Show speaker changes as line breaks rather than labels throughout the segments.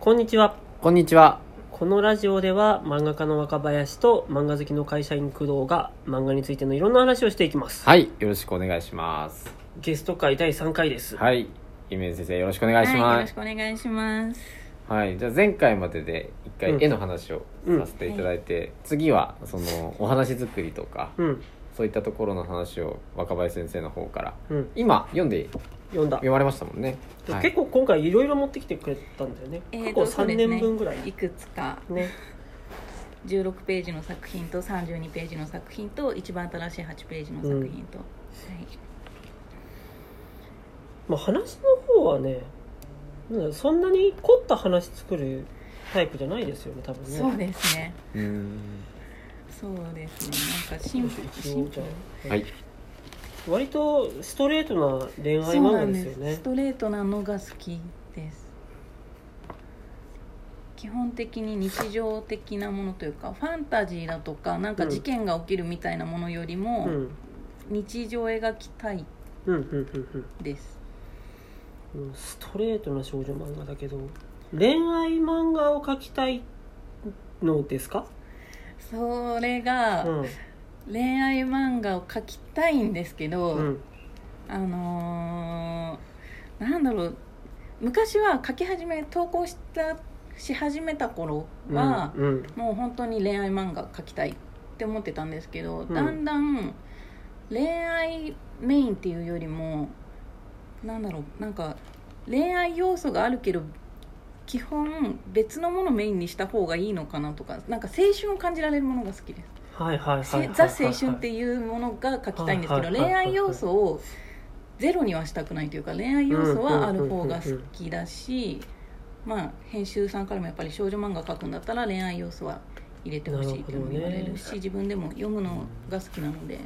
こんにちは。
こんにちは。
このラジオでは漫画家の若林と漫画好きの会社員工藤が漫画についてのいろんな話をしていきます。
はい、よろしくお願いします。
ゲスト会第3回です。
はい、イメージ先生よろしくお願いし
はい、よろ
ま
し
す。
くお願いします。
はい、じゃあ前回までで一
うん
回絵の話をさせていただいて、次はそのお話作りとか、
うん、
そういったところの話を若林先生の方から
うん、
今読んで
読んだ。
読まれましたもんね。はい
結構今回いろいろ持ってきてくれたんだよね。
えー
過
と
去
そうで
3
すね
年分ぐらい。
いくつか
ね。
16ページの作品と32ページの作品と一番新しい8ページの作品と、
まあ話の方はね、なんだそんなに凝った話作るタイプじゃないですよね、多分ね。
はい、そうですね。
うーん
そうですね。なんかシンプル、
一
シ
応
ンプ
じゃ
ル。
あ
はい、
割とストレートな恋愛
そう
漫
な
画
ん
で
です
よ
す
ね
ス。トレートなのが好きです。基本的に日常的なものというかファンタジーだとかなんか事件が起きるみたいなものより
う
も、
ん、うん、
日常を描きたい
うん、うん、うん。
です。
うんストレートな少女漫画だけど恋愛漫画を描きたいのですか、
それが、
うん
恋愛漫画を描きたいんですけど、
うん
あのーなんだろう昔は描き始め投稿したし始めた頃は、
うん
もう本当に恋愛漫画描きたいって思ってたんですけど、
ん
だんだん恋愛メインっていうよりもなんだろうなんか恋愛要素があるけど基本別のものをメインにした方がいいのかなとかなんか青春を感じられるものが好きです。
はいはいはいはいはい
せザ青春っていうものが書きたいんです
は
けど
いはいはい
恋
はい
愛要素をゼロにはしたくないというか恋愛要素はある方が好きだしまあ編集さんからもやっぱり少女漫画書くんだったら恋愛要素は入れてほしいっていうのも言われ
なる
る
ほど
し
ね
自分でも読むのが好きなので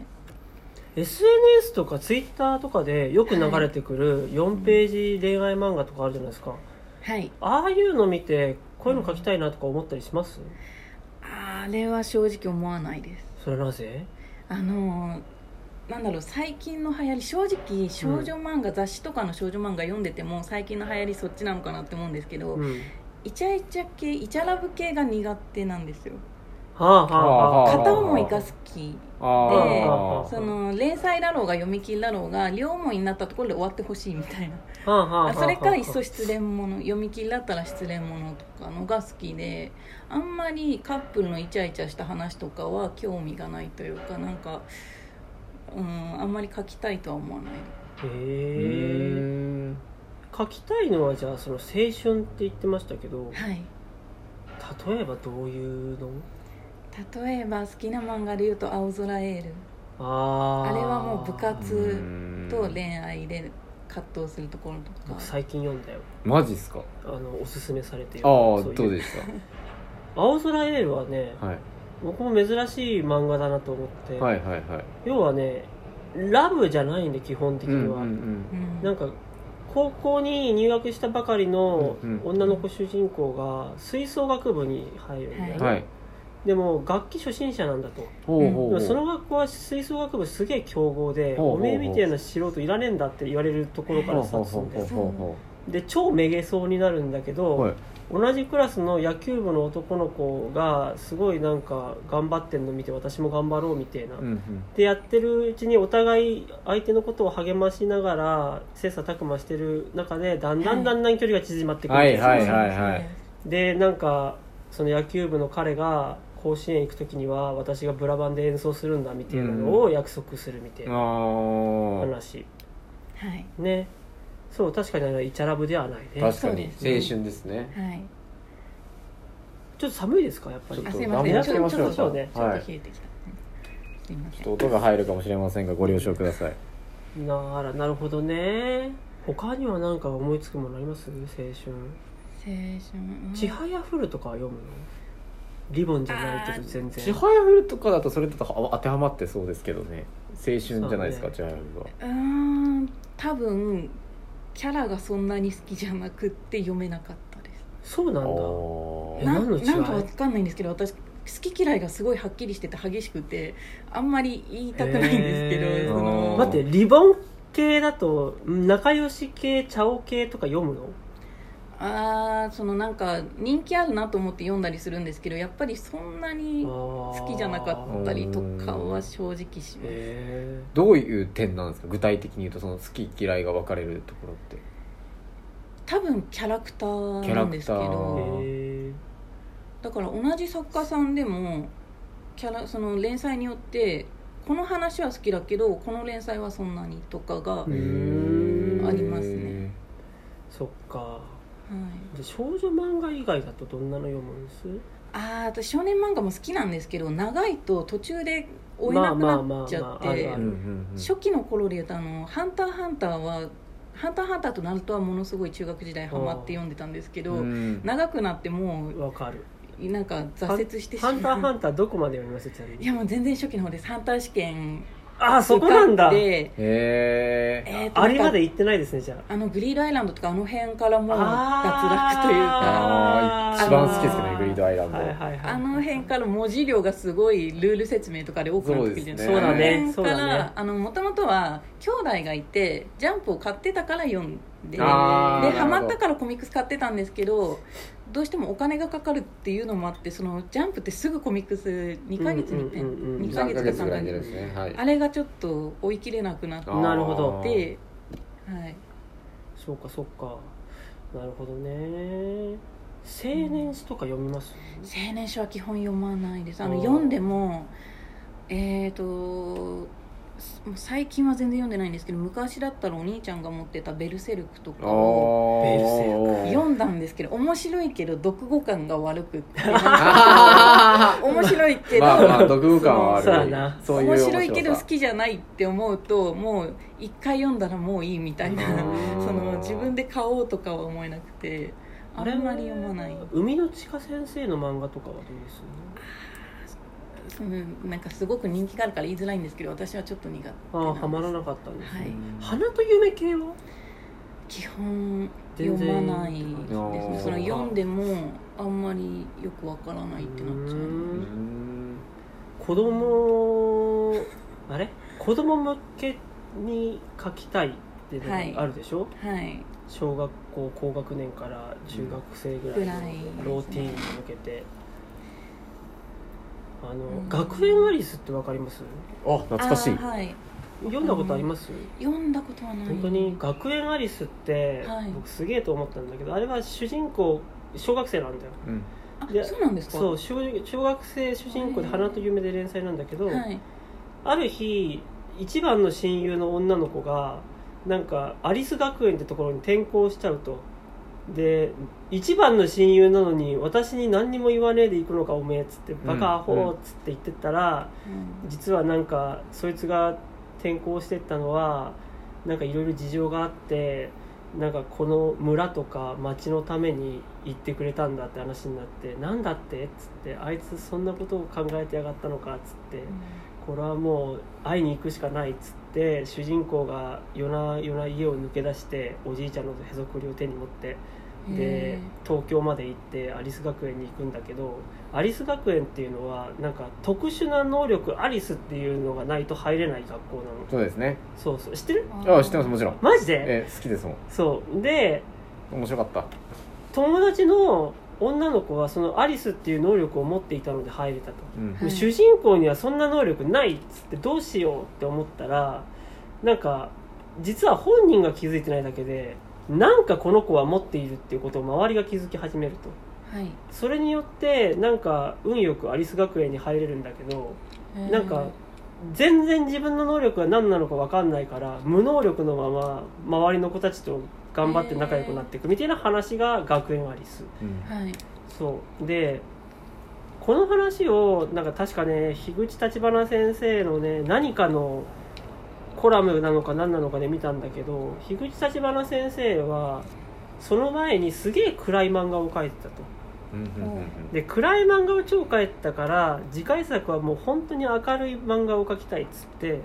SNS とか Twitter とかでよく流れてくる4ページ恋愛漫画とかあるじゃないですか
はい
ああいうの見てこういうの描きたいなとか思ったりします
あれは正直思わないです
それなぜ
あのーなんだろう最近の流行り正直少女漫画、雑誌とかの少女漫画読んでても最近の流行りそっちなのかなって思うんですけど、
うん
イチャイチャ系イチャラブ系が苦手なんですよ
はあはあは
あ
あ
ー
片思いが好き
あ
ー
あ
その連載だろうが読み切りだろうが両思いになったところで終わってほしいみたいな
はあはあはあはあ
あそれかいっそ失恋もの読み切りだったら失恋ものとかのが好きであんまりカップルのイチャイチャした話とかは興味がないというかなんかうんあんまり書きたいとは思わない
へ
う
え
ーん
描きたいのはじゃあその青春って言ってましたけど
はい
例えばどういうの
例えば好きな漫画で言うと「青空エール
あ」ー
あれはもう部
うー
活
ん
と恋愛で葛藤するところとか
僕最近読んだよ
マジっすか。
あのおすすめされて
ああ
そういう
どうでし
青空エールはね
た。はい
僕も珍しい漫画だなと思って、
はいはいはい。
要はねラブじゃないんで基本的
うん
に
う
は、
ん
うん
なんか高校に入学したばかりの
うんうん
女の子主人公が吹奏楽部に入るんだよ
う
ね、
ん。はい。
でも楽器初心者なんだと
ほうほ
で
うほ
も
う。
その学校は吹奏楽部すげえ強豪で
ほうほうほう
おめえみたいな素人いらねえんだって言われるところからスタートするんだよ
う
で超めげそうになるんだけど、
はい
同じクラスの野球部の男の子がすごいなんか頑張ってんの見て私も頑張ろうみたいな、
うんうん
でやってるうちにお互い相手のことを励ましながら切磋琢磨してる中でだんだんだんだん距離が縮まってくるんですよ、
はいはいはい
でなんかその野球部の彼が甲子園行く時には私がブラバンで演奏するんだみたいなのを約束するみたいな
ああ
話、
はい
ねそう確かにあれはイチャラブではないね
確かに
そう
青
ですね
春ですね
はい
ちょっと寒いですかやっぱり
ちょ
あ
っと
すいませ
暖房
ん
つ
ち
け
ょ
ま
っ
し
と
ょう
ちょっとちょっと冷
はい
えてきた、うんすいませ
ち
ん
ょっと音が入るかもしれませんがご了承ください
なあらなるほどね他には何か思いつくものあります青春
青
「
春うん
ちはやふる」とかは読むのリボンじゃないけど
あー
全
ち
然
はやふるとかだとそれだと当てはまってそうですけどね青春じゃないですか
そ
ちはやふるは
うーん多分キャラがそんなに好きじゃなくって読めなかったです
そうなんだえ
あ
な
何の違い
なんかわかんないんですけど私好き嫌いがすごいはっきりしてて激しくてあんまり言いたくないんですけど、
えー
その
待ってリボン系だとん仲良し系茶お系とか読むの
ああそのなんか人気あるなと思って読んだりするんですけどやっぱりそんなに好
好
きじゃなかったりとかは正直します
へ
どういう点なんですか具体的に言うとその好き嫌いが分かれるところって
多分キャラクターなんですけ
キャラクタ
ど
ー
え
だから同じ作家さんでもキャラその連載によってこの話は好きだけどこの連載はそんなにとかが、
う
は
ん
い、
ーん
ありますね
そっかで少女漫画以外だとどんなの読むんです
ああ私少年漫画も好きなんですけど長いと途中で追えなくなっちゃっ
まあまあまあまあある
て
あ
うん
る
うんうん
初期の頃で言うとあの「ハンターハンター」は「ハンターハンター」と「ナルト」はものすごい中学時代ハマって読んでたんですけど、
うん
長くなっても
わかる
うなんか挫折してし
ハンターハ
まう
ンターどこまで読みましたちなみ
い
に
やもう全然初期の方ですハンター試験
ああそこなんだ
で
へえ
えーと
あれまで
なんか
行ってないですねじゃあ
あのグリードアイランドとかあの辺からもう脱
あー
落というか
あー一番好きですけどねグリードアイランド
はいはいはい、
あの辺から文字量がすごいルール説明とかで多くなってくるじゃない
そうです
ね
あの辺
そう
か
だねそうだね
らあのもともとは兄弟がいてジャンプを買ってたから読んでで
あーなるほど
ハマったからコミックス買ってたんですけどどうしてもお金がかかるっていうのもあってそのジャンプってすぐコミックス2ヶ月に一遍
うんうんうんうん
2ヶ
3ヶ
月か
月ぐ
3
ら
ヶ
い出るん
月
ですねはい
あれがちょっと追い切れなくなっ
なるほど
てはい
そうかそうかなるほどね青年誌とか読みます、
青年書は基本読まないですあ
お
の
ー
読んでもえっ、ー、とすもう最近は全然読んでないんですけど昔だったらお兄ちゃんが持ってた「ベルセルク」とかを
ベル
セ
読んだんですけど面白いけど読後感が悪く ってなんか
あ
面白い
ー
けど、
まあまあ独語感は
そう
あ
だ
る
な
そういう
面
面
白いけど
白
好
さ
きじゃないって思うともう一回読んだらもういいみたいな
あー
その自分で買おうとかは思えなくてあんまり読まない
海の地下先生の漫画とかはどうです
うん、なんかすごく人気があるから言いづらいんですけど私はちょっと苦手なんです
ああはまらなかったんです、
はいう
花と夢系は
基本読まないです
全
然あ
ね
ー
その読んでもあんまりよくわからないってなっちゃ
う
う
ー
ん
ん
子供あれ子供向けに書きたいっていうの
はい
があるでしょ、
はい
小学校高学年から中学生ぐ
ぐ
ら
らい
い
ですね
のローティーンに向けて、あの、
うん
学園アリスってわかります
あ懐かしい
あーはい
読んだことあります、
読んだことはない
本当に学園アリスって、
はい
僕すげえと思ったんだけどあれは主人公小学生なんだよ
うん
あ
で
そうなんですか
そう小小学生主人公で「花と夢」で連載なんだけど、
はい
ある日一番の親友の女の子がなんかアリス学園ってところに転校しちゃうとで一番の親友なのに私に何にも言わねえで行くのかおめえっつってバカアホっつって言ってったら、
うん
実はなんかそいつが転校してったのはなんかいろいろ事情があってなんかこの村とか町のために行ってくれたんだって話になってなんだってっつってあいつそんなことを考えてやがったのかっつってこれはもう会いに行くしかないっつって主人公が夜な夜な家を抜け出しておじいちゃんのへそくりを手に持ってで
へ
東京まで行ってアリス学園に行くんだけどアリス学園っていうのはなんか特殊な能力アリスっていうのがないと入れない学校なの
そうですね
そうそう知ってる
ー
ああ知ってますもちろん
マジで
え好きですもん
そうで
面白かった
友達の女の子はそのアリスっていう能力を持っていたので入れたと
うん
はい
主人公にはそんな能力ないっつってどうしようって思ったらなんか実は本人が気づいてないだけでなんかこの子は持っているっていうことを周りが気づき始めると
はい
それによってなんか運よくアリス学園に入れるんだけど
へー
なんか全然自分の能力が何なのか分かんないから無能力のまま周りの子たちと頑張って仲良くなっていくみたいな話が学園アリス。
うん
はい
そうでこの話をなんか確かね樋口立花先生のね何かのコラムなのか何なのかで見たんだけど樋口立花先生はその前にすげえ暗い漫画を描いてたと
うんうんうんうん
で暗い漫画を超描いてたから次回作はもう本当に明るい漫画を描きたいっつって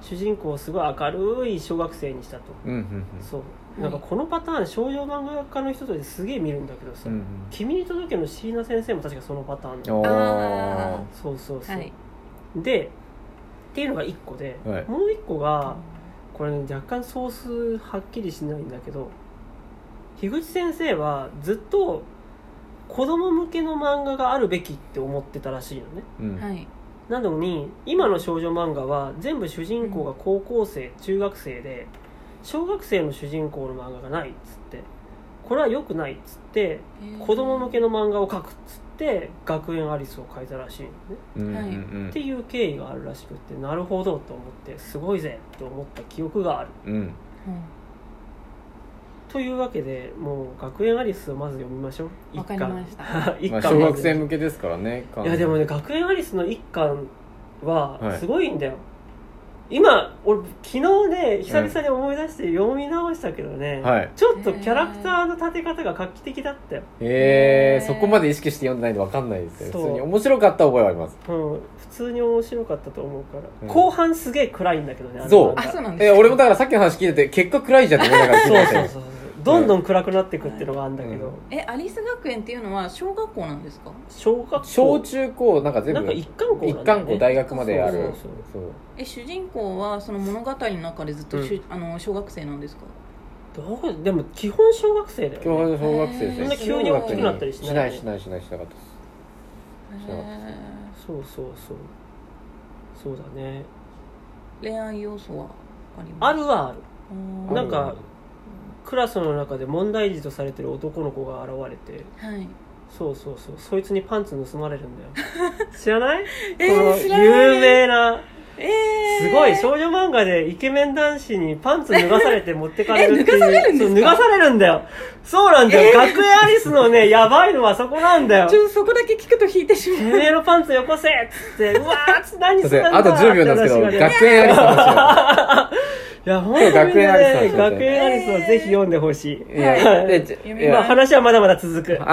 主人公をすごい明るい小学生にしたと
うんうん
そうなんかこのパターン少女漫画家の人とですげえ見るんだけどさ、
うんうん
君に届けの椎名先生も確かそのパターンだ
うん
あ
あ
そうそうそう、
はい
でっていうのが1個で、
はい
もう1個がこれ、ね、若干ソースはっきりしないんだけど樋口先生はずっと子供向けの漫画があるべきって思ってたらしいよね
うん
はい
なのに今の少女漫画は全部主人公が高校生、中学生で小学生の主人公の漫画がないっつってこれは良くないっつって子供向けの漫画を描くっつって学園アリスを描いたらしいのね、
うん
はい
うん
っていう経緯があるらしくってなるほどと思ってすごいぜと思った記憶がある
うん
というわけでもう学園アリスをまず読みましょう
うんわかりました
一
まあ
巻
小学生向けですからね完
い
全
や
に
でもね学園アリスの一巻
は
はいすごいんだよ、今俺昨日ね久々に思い出して読み直したけどね、
はい
ちょっとキャラクターの立て方が画期的だったよ、
えー、
へー
そこまで意識して読んでないと分かんないですよ
そう
普通に面白かった覚えはあります
うん、普通に面白かったと思うから、
うん
後半すげえ暗いんだけどねあの
そう
漫画
あそうなんです
え
か
俺もだからさっきの話聞いてて結果暗いじゃんって思いながら聞いて
そう
まし
そ
た
う
よ
そうそうどんどん暗くなっていくっていうのがあるんだけど、
うん
えアリス学園っていうのは小学校なんですか
小学校
小中高なんか全
なん
部
か一貫校なんだよね
一貫校大学まである
そう
え主人公はその物語の中でずっとしゅ、あの小学生なんですか
そうどうでも基本小学生だよ、ね、
今日は小学生です
そん
ね
な急に大きくなった
りしない
しないしないしないしなかったです
へー
そうそうそうそうだね
恋愛要素はあります
あるはある
うん
なんかクラスの中で問題児とされてる男の子が現れて
はい
そうそうそうそいつにパンツ盗まれるんだ よ知らない、
え
この
ー、知らない
有名な
えー、
すごい少女漫画でイケメン男子にパンツ脱がされて持ってかれるっていう
え脱がされるんですか
そう脱がされるんだよそうなんだよ、学園アリスのねやばいのはそこなんだよ
ちょっとそこだけ聞くと引いてしま
て
う
めえのパンツよこせっつってうわー何
そ
す
うで
んだ
あと10秒なんですけ
って話がね
ど学園
いや本当に、ね、
アリスの話を今日学園アリスなんですよ
学園アリスはぜひ読んでほしい、
いやでちょ
読み
い
ます
まあ
や
話はまだまだ続く
はい